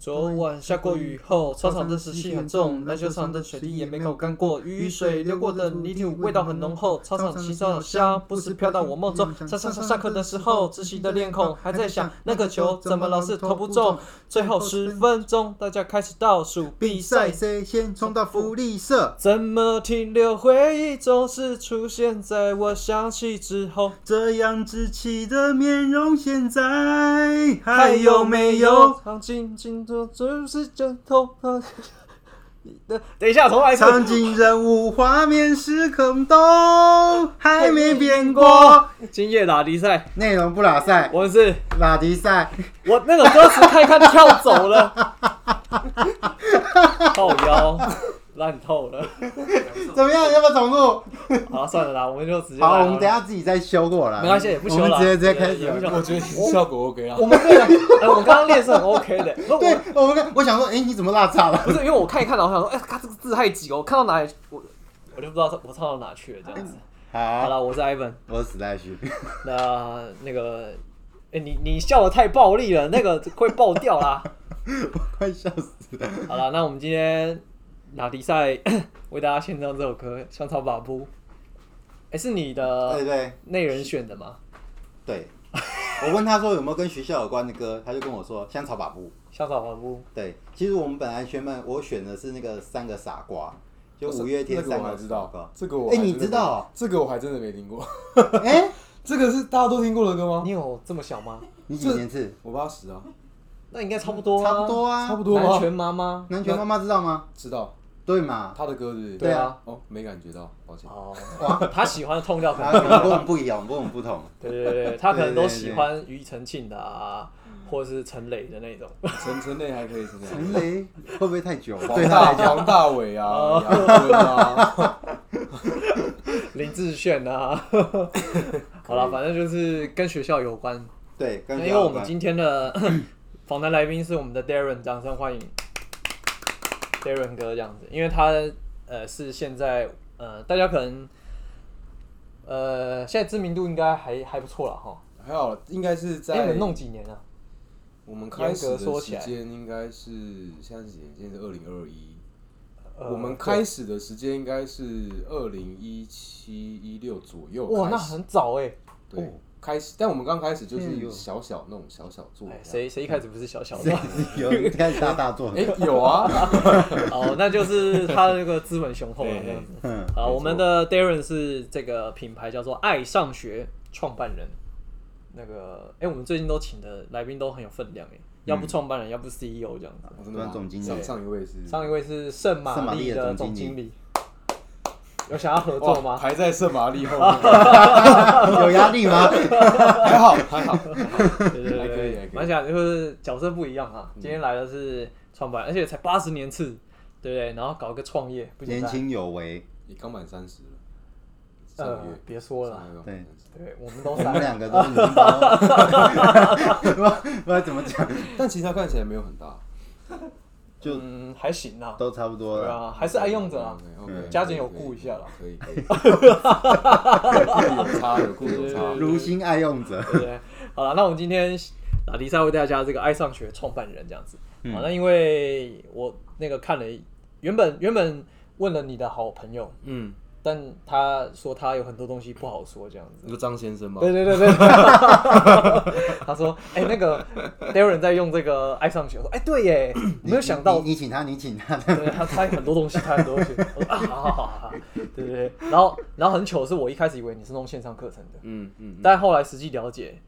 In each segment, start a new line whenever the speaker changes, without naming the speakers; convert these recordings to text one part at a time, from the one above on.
昨晚下过雨后，操场的湿气很重，篮球场的水滴也没口干过，雨水流过的泥土味道很浓厚，操场洗澡香不时飘到我梦中。上上上上课的时候，窒息的脸孔还在想那个球怎么老是投不中。最后十分钟，大家开始倒数
比赛谁先冲到福利社？
怎么停留？回忆总是出现在我想起之后。
这样稚气的面容，现在还有没有？
长颈颈的就是枕头。你的等一下，重来一次。
场景人物画面时空都还没变过，
今夜打比赛，
内容不拉塞，
我是
拉迪 赛。
我那种歌词看一看跳走了， 靠腰烂透了。
怎么样？要不要重录？
好啦，算了啦，我们就直接来
好，
啦
我们等一下自己再修过了。
没关系，也不修
我
了，
们直接直接开
也不
始。
修
我觉得效果 OK 啊
我。们这个，哎，我刚刚练是很 OK 的，不是
对
我，
我们刚我想说，哎，你怎么落岔了？
不是因为我看一看，然后我想说，哎，他这个字太挤了，我看到哪里，我我就不知道我唱到哪去了这样子。
嗯
好
好，
了，我是 Ivan，
我是史黛旭。
那那个，哎，你你笑的太暴力了，那个会爆掉啦。
我快笑死了。
好了，那我们今天拉迪赛 为大家献上这首歌《香草把布》。哎，是你
对
的
对
内人选的吗？
对， 我问他说有没有跟学校有关的歌，他就跟我说香草把布。
香草把布，
对，其实我们本来选本我选的是那个三个傻瓜，就五月天
这个
三
我还
个傻
知
瓜
道。，这个我
哎
还
你
真的
知道哦
没这个我还真的没听过。
哎，
这个是大家都听过的歌吗
你？有这么小吗？
你几年次？
我八十啊，
那应该差不多、啊，
差不多啊，
差不
不
多
南
吗？
拳妈妈，
南拳妈妈知道吗？
知道
对 嘛？
他的歌是不是？
对
啊，
哦，没感觉到，抱歉。
哦
啊哇，
他喜欢的痛调可
啊，
能
可能跟我们不一样，我们跟我们不同。
对对对对，他可能都喜欢庾澄庆的啊，或者是陈磊的那种。
陈陈磊还可以，陈磊还可以。
陈雷会不会太久？
王
对他
大
来讲，
王大伟啊，杨坤啊，
林志炫啊， 好了，反正就是跟学校有关。
对，跟
那
学
因为
校
我
有
们
关
今天的访谈来宾是我们的 Darren，掌声欢迎 Darren 哥这样子，因为他呃是现在呃大家可能呃现在知名度应该还还不错了哈。
还好，应该是
哎，你
在
们弄几年了？
我们开始
严格说
的
起
时
来
间应该是现在是几年？现在是二零二一。
呃
我们开始的时间应该是二零一七一六左右
哇，
开
那
始，
很早哎。
对，哦开始。但我们刚开始就
哎呦
是小小弄，小小做。
嗯哎谁谁一开始不是小小的？
有人开始大大 做
哎，，有啊，
哦，那就是他的那个资本雄厚了这样子。
嗯，
啊，
没错
我们的 Darren 是这个品牌叫做爱上学创办人。那个，哎、我们最近都请的来宾都很有分量
嗯
哎，要不创办人，要不 CEO 这样子。
我真的吗
总经理
上上一位是
上一位是圣
圣
玛
玛
丽
丽的
的
总
总
经
经理，有想要合
哇
作吗？
排在圣玛丽 后面，
有压力吗？
还好还好，
对对对
还可
对
以还，可以嗯
蛮想就是角色不一样啊。今天来的是创办人，而且才八十年次，对不对？然后搞一个创业，不简
年
单。
轻有为，
你刚满三十了，上
呃
个月，
别说
上
了，
个月刚
对
满30
对我们都
我们
三
两个都 是年轻包，不知道怎么讲，
但其实他看起来没有很大，
就
嗯，还行啦，
都差不多
对
了。
啊，还是爱用着啊。
OK，
加减有顾一下啦
可以，可以，可以有差有顾有差，
如新爱用者，
对不对？好了，那我们今天啊，迪赛为大家这个爱上学创办人这样子。好，那因为我那个看了，原本原本问了你的好朋友，
嗯，
但他说他有很多东西不好说这样子。
那个张先生嘛，
对对对对， 他说：“哎、那个 Darren 在用这个爱上学，我说哎、对耶，我 没有想到
你，你请他，你请他，
对他他很多东西，他很多东西。”我说：“啊，好好好好，好对对对。”然后然后很糗的是，我一开始以为你是弄线上课程的，
嗯嗯
但后来实际了解，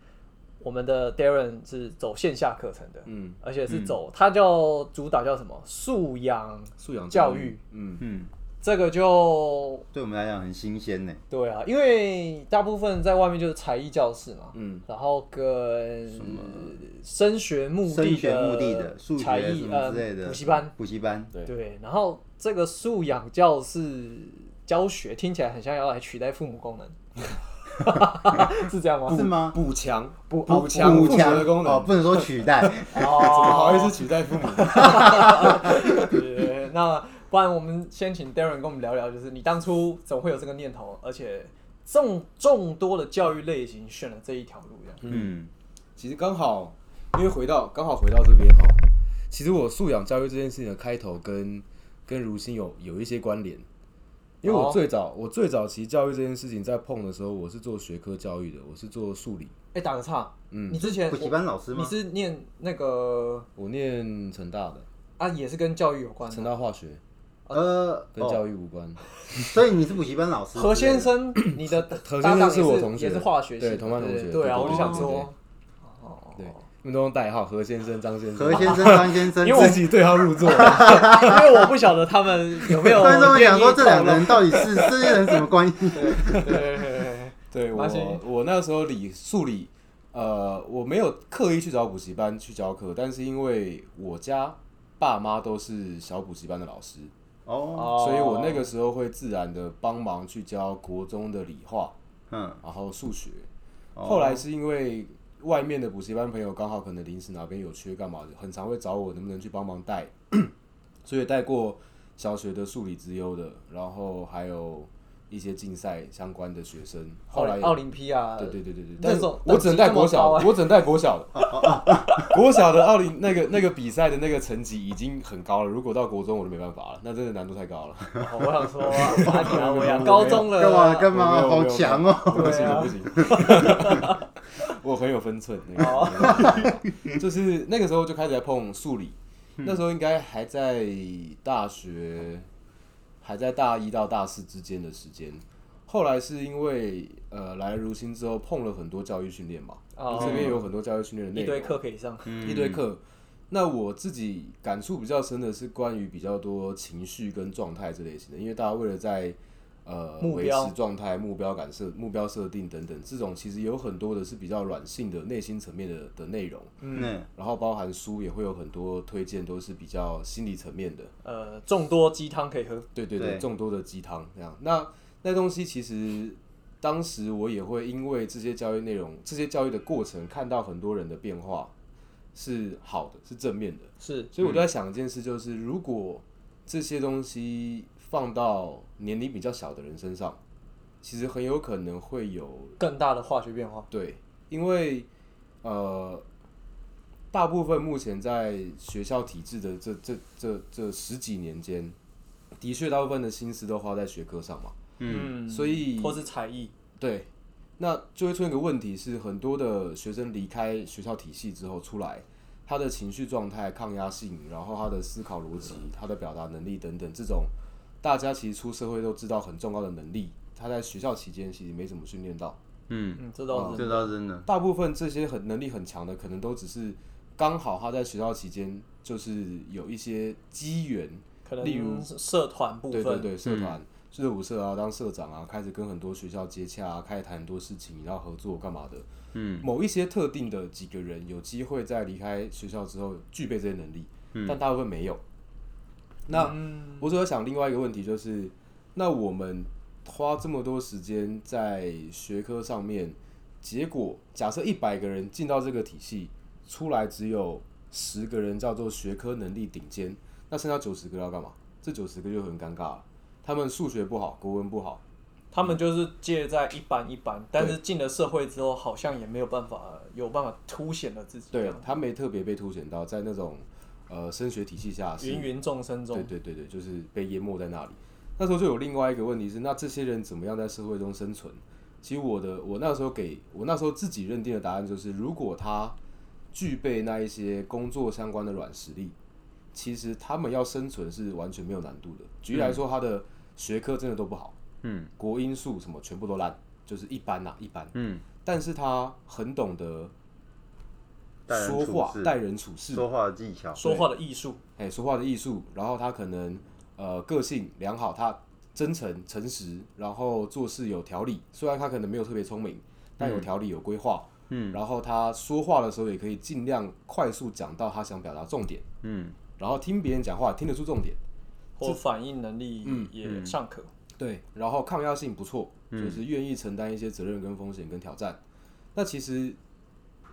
我们的 Darren 是走线下课程的，
嗯，
而且是走他叫主打叫什么素养，
素养
教育，
嗯，
嗯，
这个就
对我们来讲很新鲜呢。
对啊，因为大部分在外面就是才艺教室嘛，
嗯，
然后跟升学目的的
升学目的的数
才
学什
艺
么
呃
之类的
补习班，，
补习班，
对
对，然后这个素养教室教学听起来很像要来取代父母 功能， 是这样吗？
是吗？
补强，
补
补强
补
父母
强
的功
哦，
能，
不能说 取代，
怎么
哦，
好意思取代父母？
对，那不然我们先请 Darren 跟我们聊聊，就是你当初怎么会有这个念头，而且众众多的教育类型选了这一条路，这样。
嗯，
其实刚好，因为回到刚好回到这边哈，其实我素养教育这件事情的开头跟跟如新有有一些关联，因为我
哦
最早、我最早其实教育这件事情在碰的时候，我是做学科教育的，我是做数理，
哎，打个岔，
嗯
你之前
补习班老师
你
吗？
是念那个
我念成大的，
啊，也是跟教育有关
成
的。
大化学
呃，
跟
哦，
教育无关。
所以你是补习班老师？
何先，生， 你的
何
搭
先
档也
生是我同学
也是化学系
对同班同学
对对啊，
对
我就
对
想
对
说，哦，
对，你们都用代号何先生、张先生，
何先生、张先生，
因为我
自己对号入 座。
因为我不晓得他们有 没有
观众们
愿
想
意
说这两
透
个
露
人到 底是这些人什么关系？
对对对对对
对
马西
我，我那时候理数理，呃，我没有刻意去找补习班去教课，但是因为我家爸妈都是小补习班的老师，
哦，
哦
所以我那个时候会自然的帮忙去教国中的理化，
嗯，
然后数学。
哦
后来是因为外面的补习班朋友刚好可能临时哪边有缺干嘛的，很常会找我能不能去帮忙带， 所以带过小学的数理之优的，然后还有一些竞赛相关的学生。后来
奥林匹亚，
对对对对对，
那
但是
种
我只能带国小
等级那么高
的，
欸
我只能带国小的，国小的 奥林那个那个比赛的那个成绩已经很高了，如果到国中我就没办法了，那真的难度太高了，
哦我想说， 啊，你啊，我呀，
我没有
高中了，
干嘛干
我
嘛？
没有
好强哦！
我不行
对啊
我不行， 我很有分寸，那
哦
个就是那个时候就开始在碰数理，
嗯
那时候应该还在大学，还在大一到大四之间的时间。后来是因为呃来如新之后碰了很多教育训练嘛，
哦
这边有很多教育训练的内
一
容，
堆课可以上，
一
嗯
堆课。那我自己感触比较深的是关于比较多情绪跟状态这类型的，因为大家为了在呃
目
维
标
持状态、目标感设、目标设定等等，这种其实有很多的是比较软性的内心层面的的内容，
嗯，
然后包含书也会有很多推荐，都是比较心理层面的。
呃，众多鸡汤可以喝，
对对对，
对
众多的鸡汤这样。那那东西其实当时我也会因为这些教育内容、这些教育的过程，看到很多人的变化是好的，是正面的。
是
所以我就在想一件事，就是如果这些东西放到年龄比较小的人身上，其实很有可能会有
更大的化学变化，
对，因为呃，大部分目前在学校体制的这这这这十几年间，的确大部分的心思都花在学科上嘛，
嗯
所以
或是才艺，
对，那就会出现一个问题是，很多的学生离开学校体系之后出来，他的情绪状态、抗压性，然后他的思考逻辑、
嗯
他的表达能力等等，这种大家其实出社会都知道很重要的能力，他在学校期间其实没怎么训练到。
嗯，
嗯，这
哦
倒是
这倒是真的。
大部分这些很能力很强的，可能都只是刚好他在学校期间就是有一些机缘，
可
例
能
如
社团部
对对
分，嗯
对，社团、热舞社啊，当社长啊，开始跟很多学校接洽啊，开始谈很多事情，然后合作干嘛的。嗯，某一些特定的几个人有机会在离开学校之后具备这些能力，但大部分没有。那、
嗯
我主要想另外一个问题就是，那我们花这么多时间在学科上面，结果假设一百个人进到这个体系，出来只有十个人叫做学科能力顶尖，那剩下九十个要干嘛？这九十个就很尴尬了。他们数学不好，国文不好，
他们就是介在一般一般，但是进了社会之后，好像也没有办法有办法凸显了自己，
对，他没特别被凸显到，在那种呃升学体系下是
芸芸众生中
对，对对对，就是被淹没在那里。那时候就有另外一个问题是，那这些人怎么样在社会中生存？其实我的我那时候给我那时候自己认定的答案就是，如果他具备那一些工作相关的软实力，其实他们要生存是完全没有难度的。举例来说，他的学科真的都不好，
嗯
国英数什么全部都烂，就是一般呐、啊一般。
嗯，
但是他很懂得
待人
说
处
话、
事
待人处事，
说话的技
啊
巧，
说话的艺术，
哎、说话的艺术，然后他可能呃个性良好，他真诚诚实，然后做事有条理，虽然他可能没有特别聪明，但有条理有规划，嗯，然后他说话的时候也可以尽量快速讲到他想表达重点，
嗯，
然后听别人讲话也听得出重点，
或反应能力
嗯
也尚可，
对，然后抗压性不错，就是愿意承担一些责任跟风险跟挑战，那其实。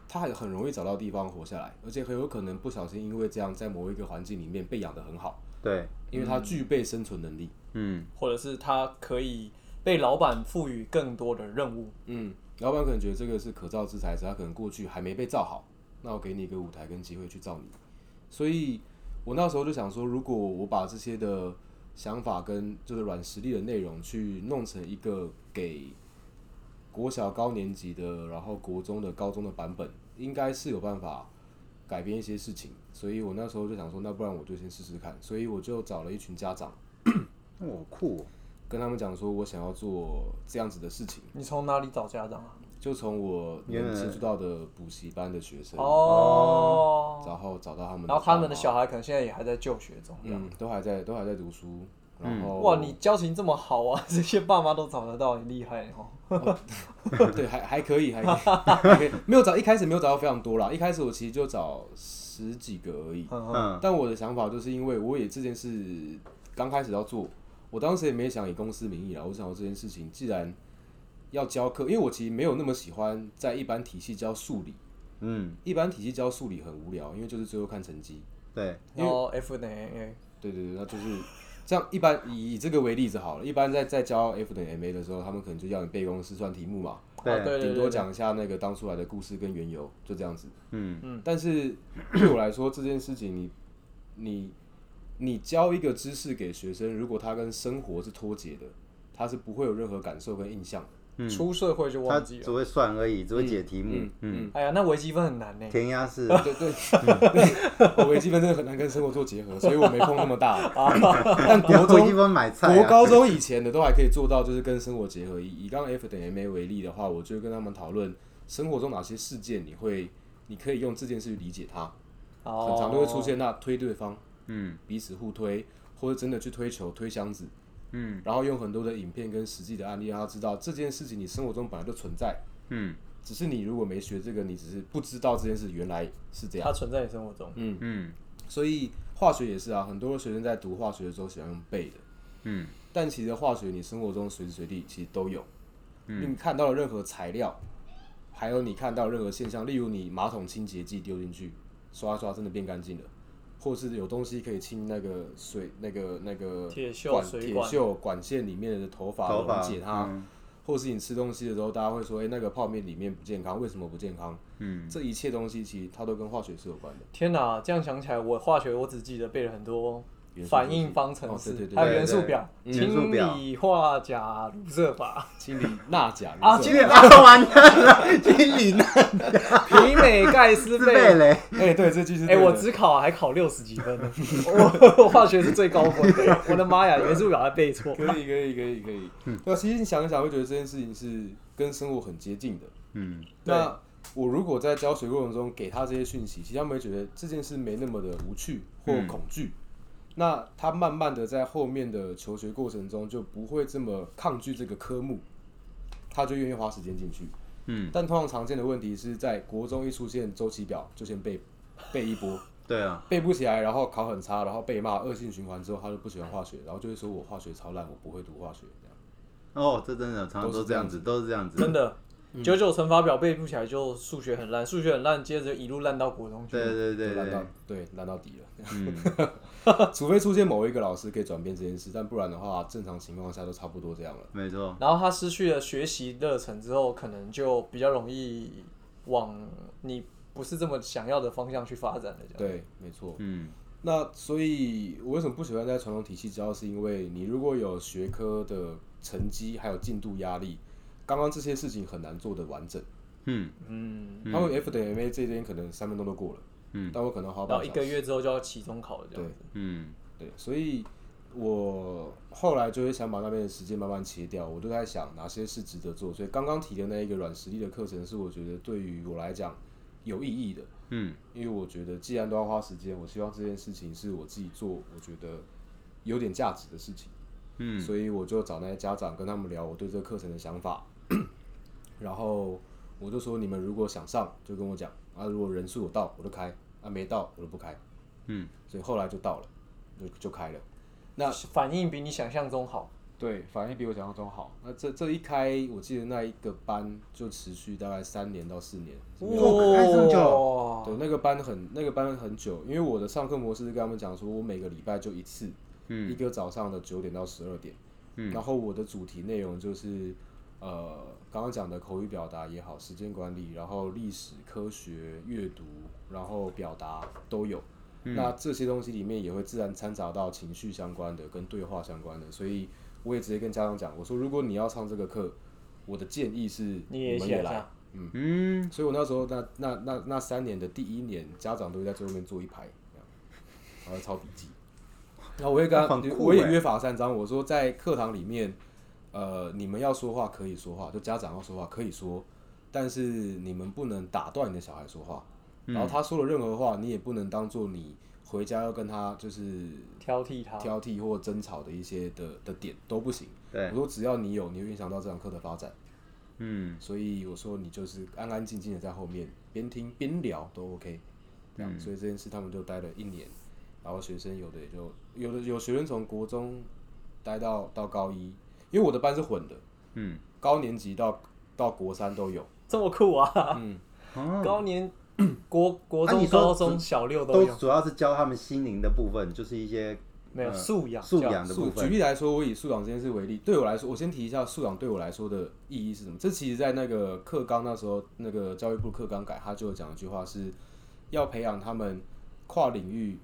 他很很容易找到地方活下来，而且很有可能不小心因为这样，在某一个环境里面被养得很好，
对，
因为他具备生存能力。
嗯
或者是他可以被老板赋予更多的任务，
嗯，老板可能觉得这个是可造之材，只是他可能过去还没被造好，那我给你一个舞台跟机会去造你，所以我那时候就想说，如果我把这些的想法跟就是软实力的内容去弄成一个给国小高年级的，然后国中的、高中的版本，应该是有办法改变一些事情。所以我那时候就想说，那不然我就先试试看。所以我就找了一群家长，
哦，酷哦，
跟他们讲说我想要做这样子的事情，
你从哪里找家长啊？
就从我
原
能
来
接触到的补习班的学生，
哦，
然后找到他们，
然后他们的小孩可能现在也还在就学中。
嗯，都还在都还在读书，然后、
嗯哇，你交情这么好啊，这些爸妈都找得到，你厉害哦。
对还还可以，还可以还可以，没有找一开始没有找到非常多啦，一开始我其实就找十几个而已，
嗯
嗯，
但我的想法就是因为我也这件事刚开始要做，我当时也没想以公司名义啦，我想我这件事情既然要教课，因为我其实没有那么喜欢在一般体系教数理，
嗯，
一般体系教数理很无聊，因为就是最后看成绩。
对，
然后 F 等于 A，
对对对，那就是这样。一般以以这个为例子好了，一般在在教 F 等于 ma 的时候，他们可能就要你背公式算题目嘛，
对
哦对对
顶多
对，
讲一下那个当初来的故事跟缘由，就这样子。
嗯，
但是对我来说，这件事情你你你教一个知识给学生，如果他跟生活是脱节的，他是不会有任何感受跟印象的。
出社会就
他
忘记
只
了。
会算而已，只会解题目
嗯，啊嗯，
哎呀，那微积分很难呢。
填鸭式，
对对， 我微积分真的很难跟生活做结合，所以我没空那么 大。
啊
但国
我
中
一般买菜
国
啊，
高中以前的都还可以做到，就是跟生活结合。以以刚刚 F 等于 ma 为例的话，我就会跟他们讨论生活中哪些事件你会，你可以用这件事去理解它。
哦，
很常都会出现那推对方，
嗯
彼此互推，或者真的去推球、推箱子，
嗯
然后用很多的影片跟实际的案例让他知道这件事情你生活中本来就存在，
嗯
只是你如果没学这个，你只是不知道这件事原来是这样。
它存在你生活中。
嗯，
嗯
所以化学也是啊，很多学生在读化学的时候喜欢用背的。
嗯
但其实化学你生活中随时随地其实都有，
嗯
你看到的任何材料，还有你看到任何现象，例如你马桶清洁剂丢进去，刷一刷真的变干净了，或是有东西可以清那个水那个那个
铁锈
管
水
铁
管
锈管线里面的头发
头发
溶解它，
嗯
或是你吃东西的时候，大家会说，哎、那个泡面里面不健康，为什么不健康？
嗯，
这一切东西其实它都跟化学是有关的。
天哪，这样想起来，我化学我只记得背了很多
元素周期
反应方程式，
哦对对对
还有元素表、
对对元素
氢
表
锂化钾卢瑟法、
清理钠钾
啊
如
清
厕
理
啊完蛋 了，经理呢？
皮美盖斯
自备
贝。
嘞，
哎、对，这句是
哎、
对的
我只考还考六十几分呢，我我 化学是最高分的，我的妈呀，元素表还背错。
可以，可以，可以，可以。那其实你想一想，会觉得这件事情是跟生活很接近的。
嗯
那我如果在教学过程中给他这些讯息，其实他们会觉得这件事没那么的无趣或恐惧。那他慢慢的在后面的求学过程中就不会这么抗拒这个科目，他就愿意花时间进去。
嗯，
但通常常见的问题是在国中一出现周期表就先 背背一波，
对啊，
背不起来，然后考很差，然后被骂，恶性循环之后他就不喜欢化学，然后就会说我化学超烂，我不会读化学这样。
哦，这真的常常都这样子，都是这样
真
子，
的，九九乘法表背不起来就数学很烂，数学很烂，接着一路烂到国中去。
对对
对
对嗯
烂
对
到，对烂到底了。除非出现某一个老师可以转变这件事，但不然的话，正常情况下都差不多这样了。
没错，
然后他失去了学习热忱之后，可能就比较容易往你不是这么想要的方向去发展了。这样
对，没错。
嗯
那所以，我为什么不喜欢在传统体系教？是因为你如果有学科的成绩还有进度压力，刚刚这些事情很难做的完整。
嗯
嗯，
他们 F 等于 ma 这边可能三分钟都过了，
嗯，
但我可能花
然
半
后
小
一
时。
个月之后就要期中考了，这样子。
嗯
对，所以我后来就会想把那边的时间慢慢切掉，我就在想哪些是值得做。所以刚刚提的那一个软实力的课程，是我觉得对于我来讲有意义的，
嗯
因为我觉得既然都要花时间，我希望这件事情是我自己做，我觉得有点价值的事情。
嗯
所以我就找那些家长跟他们聊我对这个课程的想法，然后我就说你们如果想上就跟我讲啊，如果人数有到我就开，啊没到我就不开，
嗯，
所以后来就到了，就就开了。那
反应比你想象中好。
对，反应比我想象中好。那这这一开，我记得那一个班就持续大概三年到四年。是没有
哇开这么
久
对，那个班很那个班很久，因为我的上课模式是跟他们讲说，我每个礼拜就一次，
嗯
一个早上的九点到十二点，然后我的主题内容就是呃刚刚讲的口语表达也好，时间管理，然后历史、科学、阅读，然后表达都有。那这些东西里面也会自然掺杂到情绪相关的跟对话相关的，所以我也直接跟家长讲，我说如果你要上这个课，我的建议是
你也
们
写
来
上。
嗯，
所以我那时候那那那那三年的第一年，家长都会在最后面坐一排，这样然后抄笔记。然后我也跟他
很，酷
我也
欸
约法三章，我说在课堂里面，呃，你们要说话可以说话，就家长要说话可以说，但是你们不能打断你的小孩说话。
嗯
然后他说了任何话，你也不能当做你回家要跟他就是
挑剔他，
挑剔或争吵的一些的的点都不行。
对，
我说只要你有，你会影响到这堂课的发展。
嗯，
所以我说你就是安安静静的在后面边听边聊都 OK，这样，所以这件事他们就待了一年，然后学生有的也就有的有学生从国中待到到高一，因为我的班是混的，
嗯，
高年级到到国三都有，
这么酷啊！
嗯
哦，
高年、国国
啊
中、
你说
高中、小六都
都
有，
主要是教他们心灵的部分，就是一些
没有
呃
素养
素养的
嗯啊素
部
举
分。
例来说，我以素养这件事为例，对我来说，我先提一下素养对我来说的意义是什么。这其实，在那个课纲那时候，那个教育部课纲改，他就有讲一句话是，要培养他们跨领域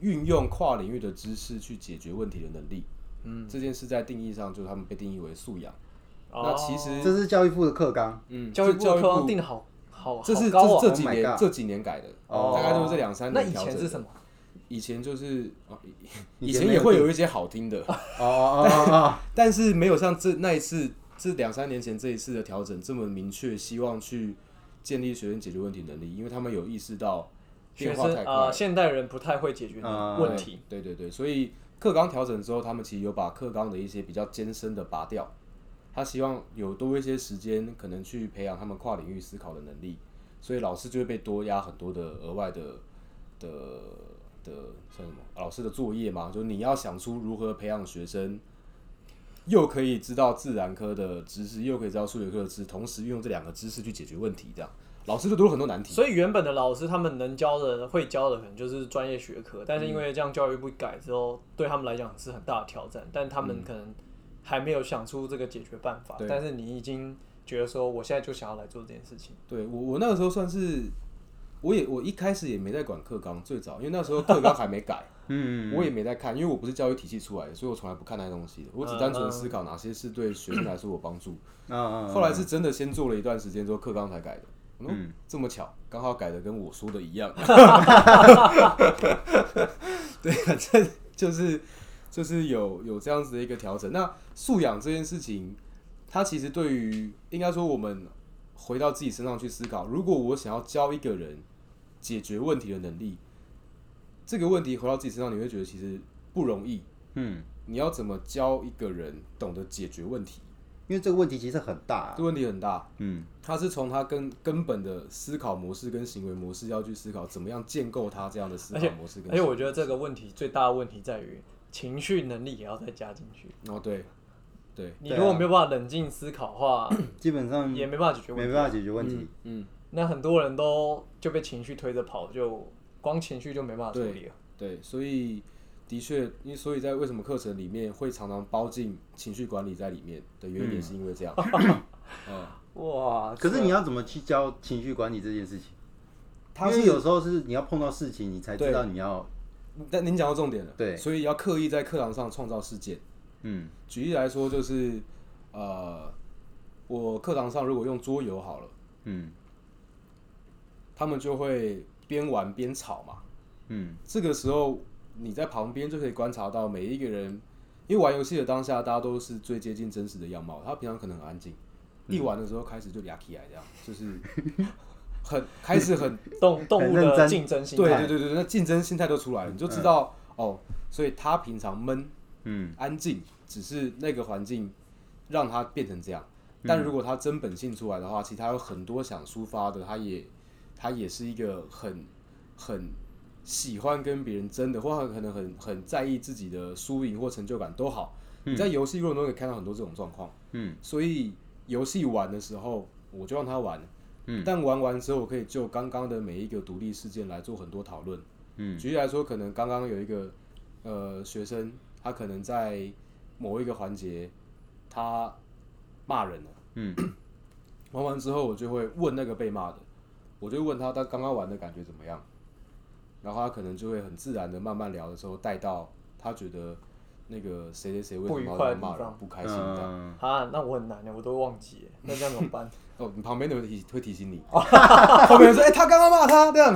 运用跨领域的知识去解决问题的能力。嗯，这件事在定义上，就是他们被定义为素养。那
哦
其实
这是教育部的课纲，
嗯，
教育
这
部的课纲定的好好
这
好
是
高
这
哦
是这几
Oh my
年
God
这几年改的，
哦
大概就是这两三
那
年
以
调整
前
的。
是什么？
以前就是哦，以
以
以
前
前
没
也
有
会
定
有一些好听的。
哦哦哦哦，
啊但是没有像这那一次，这两三年前这一次的调整这么明确，希望去建立学生解决问题能力，因为他们有意识到
学
变化
生
太快
呃，
了，嗯
现代人不太会解决
啊
问题，
对对对，所以课纲调整之后，他们其实有把课纲的一些比较艰深的拔掉，他希望有多一些时间，可能去培养他们跨领域思考的能力，所以老师就会被多压很多的额外的的的算什么？老师的作业嘛，就是你要想出如何培养学生。又可以知道自然科的知识，又可以知道数学科的知识，同时运用这两个知识去解决问题，这样老师就多了很多难题。
所以原本的老师他们能教的、会教的，可能就是专业学科，但是
嗯
因为这样教育部改之后，对他们来讲是很大的挑战，但他们可能还没有想出这个解决办法。
嗯对
但是你已经觉得说，我现在就想要来做这件事情，
对我，我那个时候算是，我也我一开始也没在管课纲，最早因为那时候课纲还没改，
嗯，
我也没在看，因为我不是教育体系出来的，所以我从来不看那些东西的，我只单纯思考哪些是对学生来说有帮助。
啊啊！
后来是真的先做了一段时间之后，课纲才改的。嗯，这么巧，刚好改的跟我说的一样。对，反正啊就是就是有有这样子的一个调整。那素养这件事情，它其实对于应该说我们回到自己身上去思考，如果我想要教一个人解决问题的能力，这个问题回到自己身上，你会觉得其实不容易。
嗯，
你要怎么教一个人懂得解决问题？
因为这个问题其实很大，啊
这问题很大。
嗯
他是从他根根本的思考模式跟行为模式要去思考，怎么样建构他这样的思考模式跟
而且我觉得这个问题最大的问题在于情绪能力也要再加进去。
哦对对
你
对啊
如果没有办法冷静思考的话，
基本上
也
没
没办法解决问题。
办法解决问题。
嗯
那很多人都就被情绪推着跑，就光情绪就没办法处
对
理了。
对，所以的确，因为所以在为什么课程里面会常常包进情绪管理在里面的原因也是因为这样，嗯，
哇！
可是
啊
这
你要怎么去教情绪管理这件事情？
他
因为
是
有时候是你要碰到事情，你才知道你要
但您讲到重点了，
对
所以要刻意在课堂上创造事件。
嗯
举例来说，就是呃，我课堂上如果用桌游好了，
嗯
他们就会边玩边吵嘛。
嗯
这个时候你在旁边就可以观察到每一个人，因为玩游戏的当下，大家都是最接近真实的样貌。他平常可能很安静，
嗯
一玩的时候开始就俩起来，这样就是很 开始 很
动动物
很认
的
真
竞争
对
心态，
对对对，那竞争心态都出来了，你就知道、哦。所以他平常闷
嗯
安静，只是那个环境让他变成这样。但如果他真本性出来的话，其实他有很多想抒发的，他也他也是一个很很喜欢跟别人争的，或很可能很很在意自己的输赢或成就感都好。你在游戏过程中可以看到很多这种状况，
嗯
所以游戏玩的时候，我就让他玩。
嗯
但玩完之后，我可以就刚刚的每一个独立事件来做很多讨论。
嗯
举例来说，可能刚刚有一个呃学生，他可能在某一个环节他骂人了，
嗯，
玩完之后我就会问那个被骂的，我就问他他刚刚玩的感觉怎么样，然后他可能就会很自然的慢慢聊的时候带到他觉得那个谁谁谁为
不
什
愉
么
快
要
的地
骂人
方
不开心这样。
嗯，
啊，那我很难的，我都忘记了，那这样怎么办？
哦，你旁边的会提会提醒你，
哦
后面说哎、他刚刚骂他这样，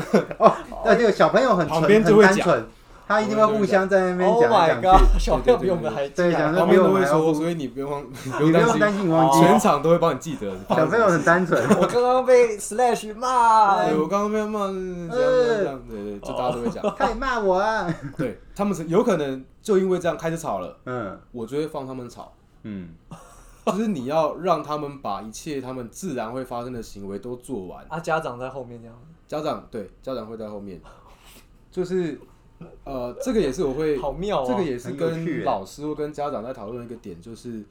那这个小朋友很
旁边
纯
就
很
会
单
讲
纯，他一定会互相 在那边
Oh
讲来
my
讲去。
god！小朋友比我们还
对讲
强
说
旁
比
边
我
都
们
会
还要
说，
不
所以你 不用不
你不
用担
用
心，
担心忘记，
全场都会帮你记得。
小朋友很单纯。
我刚刚被 Slash 骂
哎
哎
对，，我刚刚被骂，嗯这样这样这样，对对，就大家都会 讲。
他也骂 我啊。
对他们是有可能就因为这样开始吵了，
嗯
我就会放他们吵，
嗯
就是你要让他们把一切他们自然会发生的行为都做完。
啊，家长在后面这样，
家长对家长会在后面，就是呃，这个也是我会
好妙哦
这个也是
很有趣耶
跟老师或跟家长在讨论一个点，就是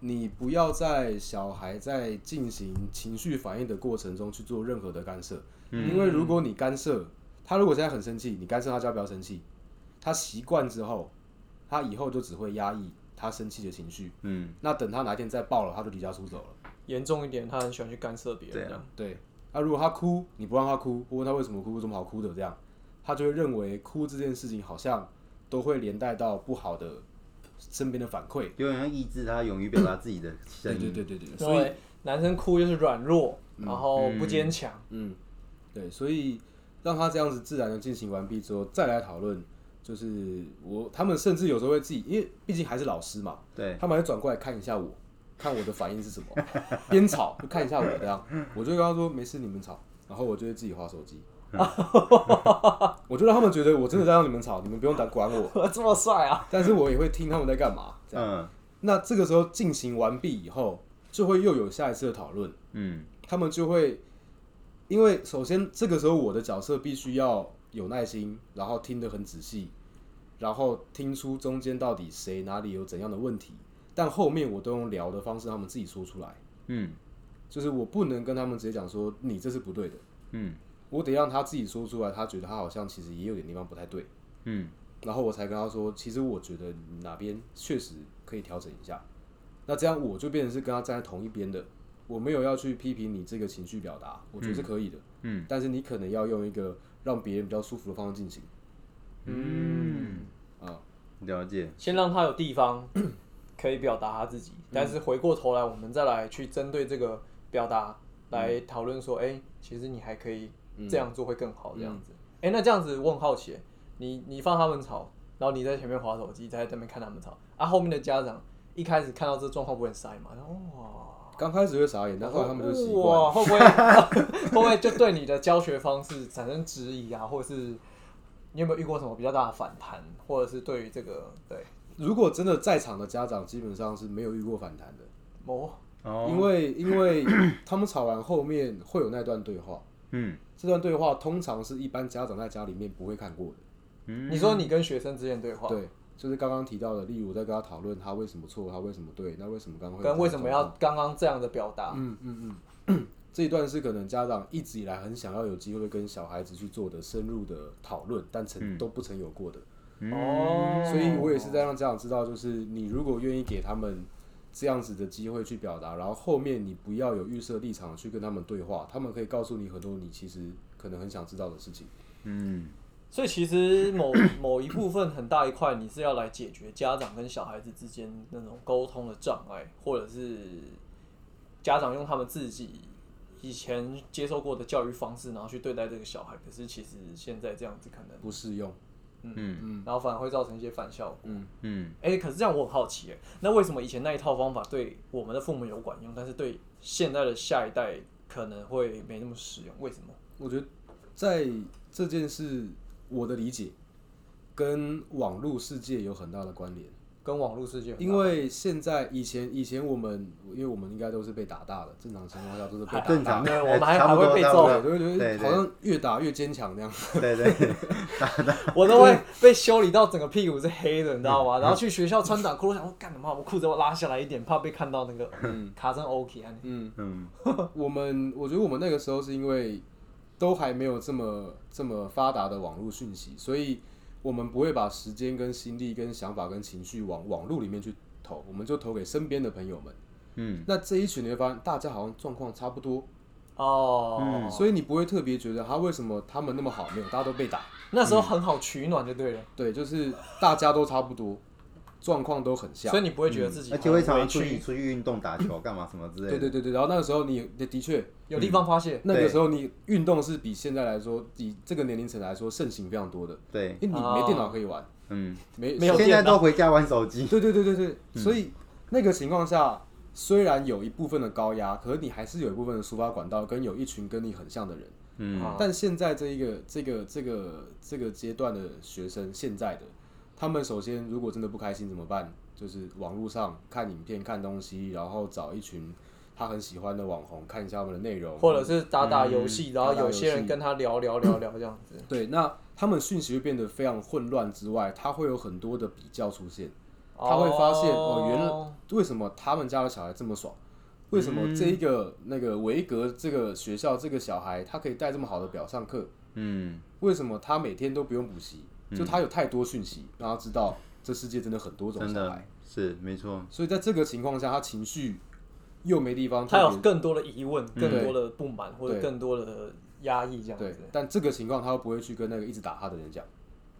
你不要在小孩在进行情绪反应的过程中去做任何的干涉，
嗯
因为如果你干涉他，如果现在很生气，你干涉他就要不要生气，他习惯之后，他以后就只会压抑他生气的情绪，
嗯，
那等他哪天再爆了，他就离家出走了。
严重一点，他很喜欢去干涉别人
对
这
啊
样。
对，那、如果他哭，你不让他哭，不问他为什么哭，有什么好哭的，这样，他就会认为哭这件事情好像都会连带到不好的身边的反馈。
有人要抑制他勇于表达自己的声
对
音。
对对对对，所以
所以男生哭就是软弱，然后不坚强。
嗯，对，所以让他这样子自然的进行完毕之后，再来讨论，就是我他们甚至有时候会自己，因为毕竟还是老师嘛，
对
他们还转过来看一下我，看我的反应是什么， 边吵就看一下我这样，我就跟他说没事，你们吵，然后我就会自己划手机，我就让他们觉得我真的在让你们吵，你们不用管管 我，
这么帅啊！
但是我也会听他们在干嘛。这样，
嗯
那这个时候进行完毕以后，就会又有下一次的讨论，
嗯
他们就会，因为首先这个时候我的角色必须要有耐心，然后听得很仔细，然后听出中间到底谁哪里有怎样的问题，但后面我都用聊的方式，他们自己说出来，
嗯
就是我不能跟他们直接讲说你这是不对的，
嗯
我得让他自己说出来，他觉得他好像其实也有点地方不太对，
嗯
然后我才跟他说，其实我觉得你哪边确实可以调整一下，那这样我就变成是跟他站在同一边的。我没有要去批评你这个情绪表达，我觉得是可以的。
嗯
但是你可能要用一个让别人比较舒服的方式进行
嗯，
啊。
了解。
先让他有地方 可以表达他自己，但是回过头来，我们再来去针对这个表达来讨论说，哎、其实你还可以这样做会更好，这样子。哎、那这样子我很好奇，你你放他们吵，然后你在前面划手机，在那边看他们吵，啊，后面的家长一开始看到这状况不会很塞哦嘛？然后哇，
刚开始会傻眼，但后来他们就习惯了。
哦哇，会 不会会不会就对你的教学方式产生质疑啊，或者是？你有没有遇过什么比较大的反弹，或者是对于这个对
如果真的在场的家长基本上是没有遇过反弹的，
某
哦，
因为因为 他们吵完后面会有那段对话，
嗯
这段对话通常是一般家长在家里面不会看过的。
嗯，
你说你跟学生之间对话，
对，就是刚刚提到的，例如我在跟他讨论他为什么错，他为什么对，那为什么刚刚会有
跟为什么要
这种
刚刚这样的表达
状况？嗯嗯嗯。这一段是可能家长一直以来很想要有机会跟小孩子去做的深入的讨论，但曾、
嗯
都不曾有过的。
哦
所以我也是在让家长知道，就是你如果愿意给他们这样子的机会去表达，然后后面你不要有预设立场去跟他们对话，他们可以告诉你很多你其实可能很想知道的事情。
嗯
所以其实某 某一部分很大一块，你是要来解决家长跟小孩子之间那种沟通的障碍，或者是家长用他们自己以前接受过的教育方式，然后去对待这个小孩。可是其实现在这样子可能，
不适用，
嗯
嗯
然后反而会造成一些反效果。
嗯，
嗯
哎、可是这样我很好奇，哎，那为什么以前那一套方法对我们的父母有管用，但是对现在的下一代可能会没那么实用？为什么？
我觉得在这件事我的理解跟网络世界有很大的关联，
跟网络世界有关
因为现在以前以前我们，因为我们应该都是被打大的，正常情况下都是被打大的
正常，
对
哎
我们还
差不多
还会被
差不
揍
多
对，就会觉
对
得好像越打越坚强那样。
对对对，
我都会被修理到整个屁股是黑的，你知道
嗯
吗？然后去学校穿短裤，我想说干什么？我裤子要拉下来一点，怕被看到那个卡成 OK 啊。
嗯，
嗯
我们我觉得我们那个时候是因为都还没有这么这么发达的网络讯息，所以我们不会把时间、跟心力、跟想法、跟情绪往网络里面去投，我们就投给身边的朋友们。
嗯
那这一群你会发现，大家好像状况差不多，
哦，
嗯
所以你不会特别觉得他为什么他们那么好，没有，大家都被打，
那时候很好取暖就对了，
对，就是大家都差不多，状况都很像
所以。你不会觉得自
嗯
己
而且会常
委
常出去
屈，
出去运动、打球、干嘛什么之类的。
对对对对，然后那个时候你的的确，
有地方发泄。
那个
对
时候你运动是比现在来说，以这个年龄层来说盛行非常多的，
对，
因为你没电脑可以玩，
嗯，
没
没有嗯
现在
电脑
都回家玩手 机。
对对对对对，所以那个情况下，虽然有一部分的高压，可是你还是有一部分的抒发管道，跟有一群跟你很像的人。
嗯，
啊
但现在这一个这个这个这个阶段的学生，现在的他们首先如果真的不开心怎么办？就是网络上看影片、看东西，然后找一群他很喜欢的网红看一下他们的内容，
或者是打打游戏，
嗯
然后
打打游
有
戏
些人跟他聊聊聊聊这样子。
对，那他们讯息会变得非常混乱之外，他会有很多的比较出现， 他会发现哦原来为什么他们家的小孩这么爽？为什
嗯
么这一个、那个维格这个学校这个小孩，他可以带这么好的表上课？
嗯，
为什么他每天都不用补习？
嗯
就他有太多讯息，让他知道这世界真的很多种
真
小
的
孩。
是没错。
所以在这个情况下，他情绪又没地方
他有
特别
更多的疑问，更多的不满，或者
嗯对
更多的压抑这样
对
子。，
但这个情况他又不会去跟那个一直打他的人讲，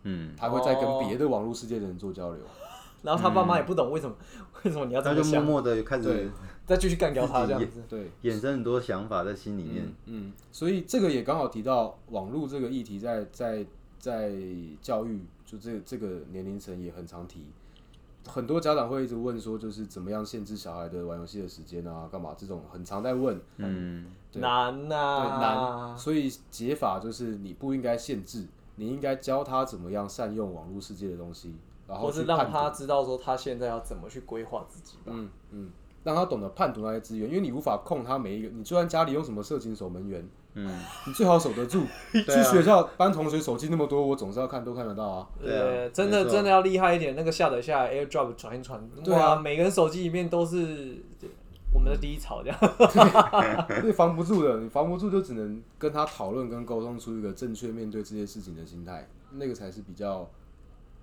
嗯，
他会再
哦
跟别的网络世界的人做交流。
然后他爸
嗯
妈也不懂为什么， 为什么你要这
他
么
就默
想，
默的开
对
始
再继续干掉他这样子。
对，
衍生很多想法在心里面。
嗯，所以这个也刚好提到网络这个议题在，在在教育就这这个年龄层也很常提，很多家长会一直问说，就是怎么样限制小孩的玩游戏的时间啊，干嘛这种很常在问，
嗯，
对
难啊
对
呐，
难，所以解法就是你不应该限制，你应该教他怎么样善用网络世界的东西，然后
或
去
是
判
让他
断，
知道说他现在要怎么去规划自己吧。
嗯嗯，让他懂得判读那些资源，因为你无法控他每一个，你就算家里用什么色情守门员，
嗯，
呃
你最好守得住。
对
去
啊
学校班同学手机那么多，我总是要看，都看得到啊。
对啊
呃，真
没
的
错
真的要厉害一点，那个下载下来 AirDrop 传一传，
对啊
哇，每个人手机里面都是我们的低潮这样。
对，防不住的，你防不住就只能跟他讨论跟沟通出一个正确面对这些事情的心态，那个才是比较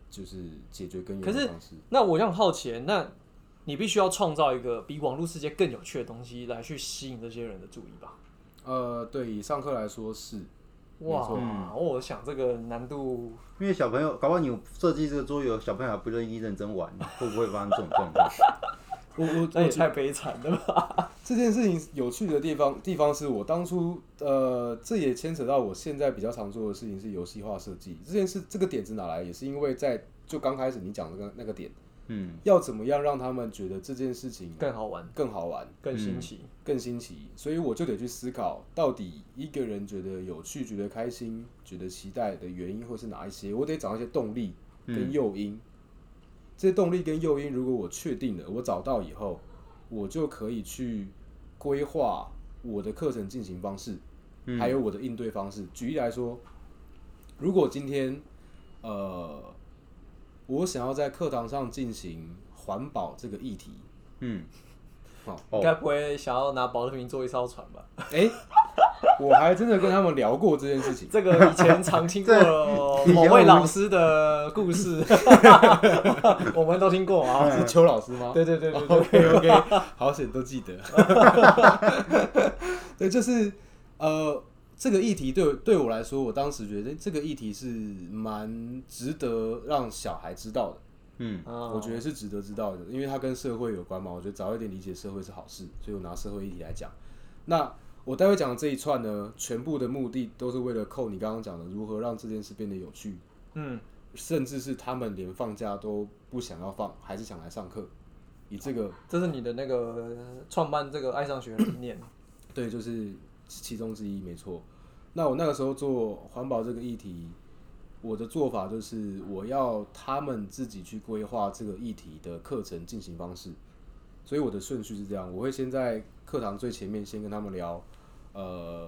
就是解决根源
可
的
是
方式。
那我就很好奇，那你必须要创造一个比网络世界更有趣的东西来去吸引这些人的注意吧？
呃，对，以上课来说是，
哇
没错，
我想这个难度
因为小朋友，搞不好你设计这个桌游，小朋友还不愿意认真玩， 会不会发生这种状况？
我我
那也
我
太悲惨了吧？
这件事情有趣的地方地方是我当初呃，这也牵扯到我现在比较常做的事情是游戏化设计。这件事这个点子哪来，也是因为在就刚开始你讲那个那个点，
嗯
要怎么样让他们觉得这件事情
更好玩，
更好玩。
更新奇。
更新奇，所以我就得去思考，到底一个人觉得有趣、觉得开心、觉得期待的原因会是哪一些？我得找一些动力跟诱因。这些动力跟诱因，如果我确定了，我找到以后，我就可以去规划我的课程进行方式，还有我的应对方式。举例来说，如果今天呃，我想要在课堂上进行环保这个议题，
嗯，
好，
应
哦，
该不会想要拿保特瓶做一艘船吧？
哎、我还真的跟他们聊过这件事情。
这个以前常听过
以前
某
我们
位老师的故 事，我们都听过啊。
是邱老师吗？
对对对对对，
OK OK，好险都记得。 对，就是呃，这个议题对对我来说，我当时觉得这个议题是蛮值得让小孩知道的。
嗯
啊
我觉得是值得知道的，因为它跟社会有关嘛。我觉得早一点理解社会是好事，所以我拿社会议题来讲。那我待会讲的这一串呢，全部的目的都是为了扣你刚刚讲的如何让这件事变得有趣，
嗯，
甚至是他们连放假都不想要放，还是想来上课。以这个
这是你的那个创办这个爱上学的理念。
对，就是其中之一，没错。那我那个时候做环保这个议题，我的做法就是我要他们自己去规划这个议题的课程进行方式，所以我的顺序是这样：我会先在课堂最前面先跟他们聊，呃，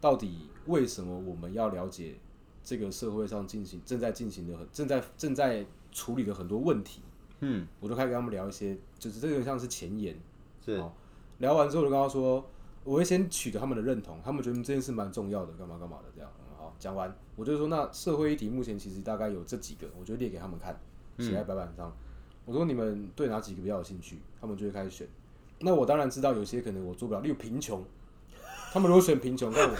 到底为什么我们要了解这个社会上进行正在进行的很正在正在处理的很多问题，
嗯，
我都开始跟他们聊一些，就是这个像是前言。
是，
好聊完之后，我就跟他说，我会先取得他们的认同，他们觉得这件事蛮重要的，干嘛干嘛的这样。嗯好，讲完，我就说那社会议题目前其实大概有这几个，我就列给他们看，
嗯
写在白板上。我说你们对哪几个比较有兴趣，他们就会开始选。那我当然知道有些可能我做不了，例如贫穷，他们如果选贫穷，那我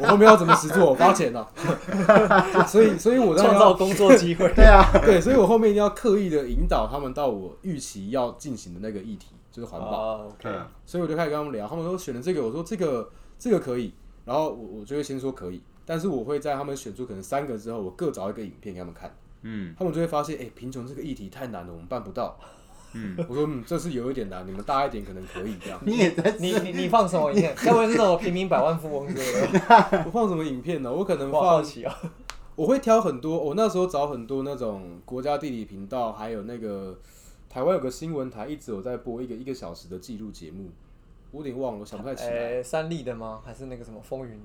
我后面要怎么实做？我花钱啊！所以，所以我当然
创
要
造工作机 会。
对啊，
对，所以我后面一定要刻意的引导他们到我预期要进行的那个议题，就是环保。
哦
对
，OK，
啊，。
所以我就开始跟他们聊，他们说选了这个，我说这个这个可以，然后我我就会先说可以，但是我会在他们选出可能三个之后，我各找一个影片给他们看，
嗯
他们就会发现，哎、贫穷这个议题太难了，我们办不到。
嗯，
我说嗯，这是有一点难，你们大一点可能可以这样
你也在
你你你放什么影片？该不会是那种平民百万富翁之类 的？
我放什么影片呢？我可能
我好
放，
奇啊。
我会挑很多，我那时候找很多那种国家地理频道，还有那个台湾有个新闻台一直有在播一个一个小时的纪录节目，我有点忘了，我想不太起来。
哎，三立的吗？还是那个什么风云？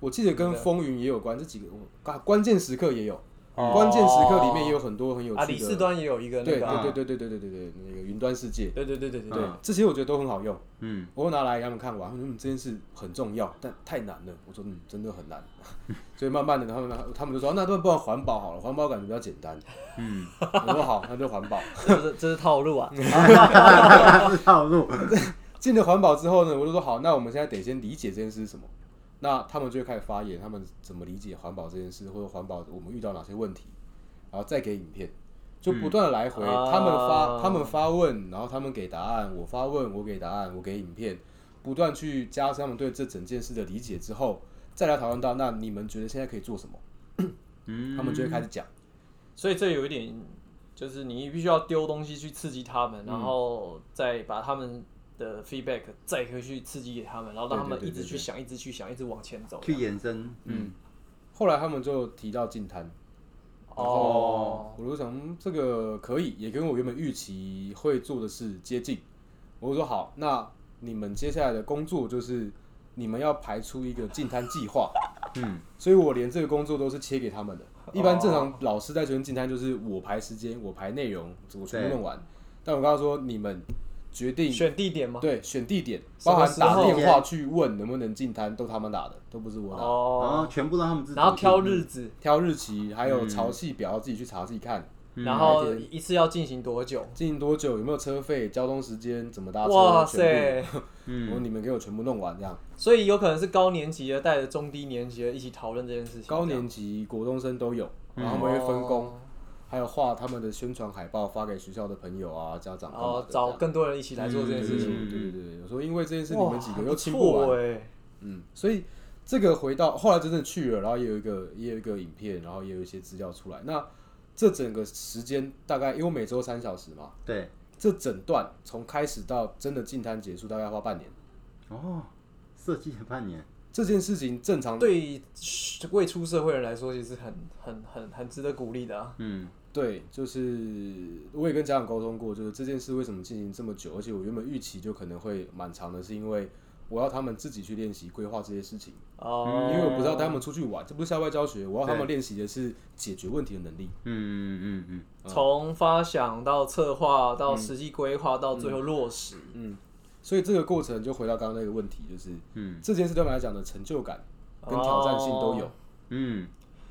我记得跟风云也有关，这几个我啊关键时刻也有，
哦
关键时刻里面也有很多很有
啊，
趣
李
的。
四端也有一个那
对
个啊。
对对对对对对对对，那个云端世界，
对对对对对
对
对。
嗯
这些我觉得都很好用，
嗯，
我会拿来给他们看完，他们说嗯这件事很重要，但太难了。我说嗯真的很难，所以慢慢的他们他们就说那不然不然环保好了，环保感觉比较简单。
嗯，
我说好，那就环保。
这是这是套路啊。
是套路，
进了环保之后呢，我就说好，那我们现在得先理解这件事是什么。那他们就会开始发言，他们怎么理解环保这件事，或者环保我们遇到哪些问题，然后再给影片，就不断的来回、
嗯
他们
啊
发他们发问，然后啊他们给答案，我发问，我给答案，我给影片，不断去加深他们对这整件事的理解之后，再来讨论到那你们觉得现在可以做什么，
嗯
他们就会开始讲。嗯
所以这有一点，就是你必须要丢东西去刺激他
嗯
们，然后再把他们的 feedback 再回去刺激给他们，然后让他们
对对对
一直
对对
去想，一直去想，一直往前走。
去延伸，
嗯，后来他们就提到净滩。
哦，
我就想嗯这个可以，也跟我原本预期会做的事接近。我就说好，那你们接下来的工作就是你们要排出一个进摊计 划。
嗯，
所以我连这个工作都是切给他们的。一般
哦
正常老师在学生进摊就是我排时间，我排内容，我全
对
部弄完。但我跟他说，你们决定
选地点吗？
对选地点，
什
包
么
含
时
打
候
电话去问能不能进摊，都他们打的，都不是我打的。
然后
哦，
全部让他们自
啊
己，
然后挑日子，
挑日期，还
嗯
有潮汐表，自己去查自己看。
嗯
然后一次要进行多久？
进多久，有没有车费，交通时间怎么搭车，
哇
全部，
塞！
我
嗯
说你们给我全部弄完这样。
所以有可能是高年级的带着中低年级的一起讨论这件事情。
高年级、国中生都有，然后他
我
们会分工，
哦
还有画他们的宣传海报发给学校的朋友啊、家长
然
干嘛的
后哦找更多人一起来做这
这
件
样
事情。
对对对对对，我说因嗯为这件事你
哇
们几个
还
又
不
清不完，
错欸
嗯，所以这个回到后来真的去了，然后也有一个也有一个影片，然后也有一些资料出来。那这整个时间大概因为我每周三小时嘛，
对，
这整段从开始到真的进摊结束，大概花半年。
哦，设计了半年，
这件事情正常
对未出社会人来说，其实很很很很值得鼓励的、啊。
嗯
对，就是我也跟家长沟通过，就是这件事为什么进行这么久，而且我原本预期就可能会蛮长的，是因为我要他们自己去练习规划这些事情，
哦、
嗯因为我不是要带他们出去玩，这不是校外教学，我要他们练习的是解决问题的能力。
嗯嗯嗯
从发想到策划到实际规划到最后落实，
嗯，所以这个过程就回到刚刚那个问题，就是
嗯
这件事对我们来讲的成就感跟挑战性都有
哦。
嗯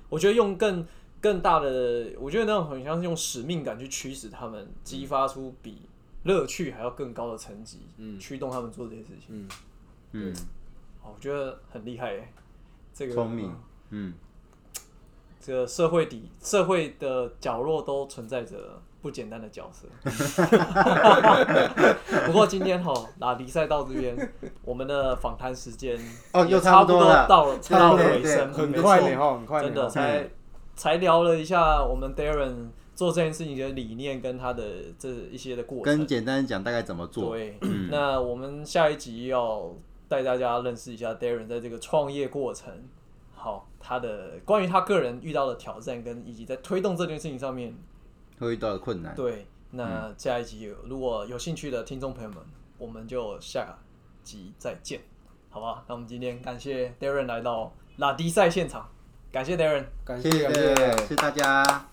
我觉得用更更大的，我觉得那种很像是用使命感去驱使他们，激发出比乐趣还要更高的成绩，
嗯
驱动他们做这些事情。
嗯，
嗯
哦我觉得很厉害耶，这个
聪明，
嗯
这个社会底社会的角落都存在着不简单的角色。不过今天哈，拉迪赛到这边，我们的访谈时间
哦
也
又差
差
不多了
到了
对
到了
对
尾
对嗯
声，
很
没
快
错
呢哈，很快呢
真的
哈
才才聊了一下我们 Darren 做这件事情的理念跟他的这一些的过
跟
程。
简单讲大概怎么做，
对，那我们下一集要带大家认识一下 Darren 在这个创业过程，好，他的关于他个人遇到的挑战跟以及在推动这件事情上面，
会遇到的困
哎
难，
对，那下一集如果有兴趣的听众朋友们，我们就下集再见，好不好？那我们今天感谢 Darren 来到拉迪赛现场，感谢 Darren。
感
谢
谢
谢
感谢
谢。谢大家。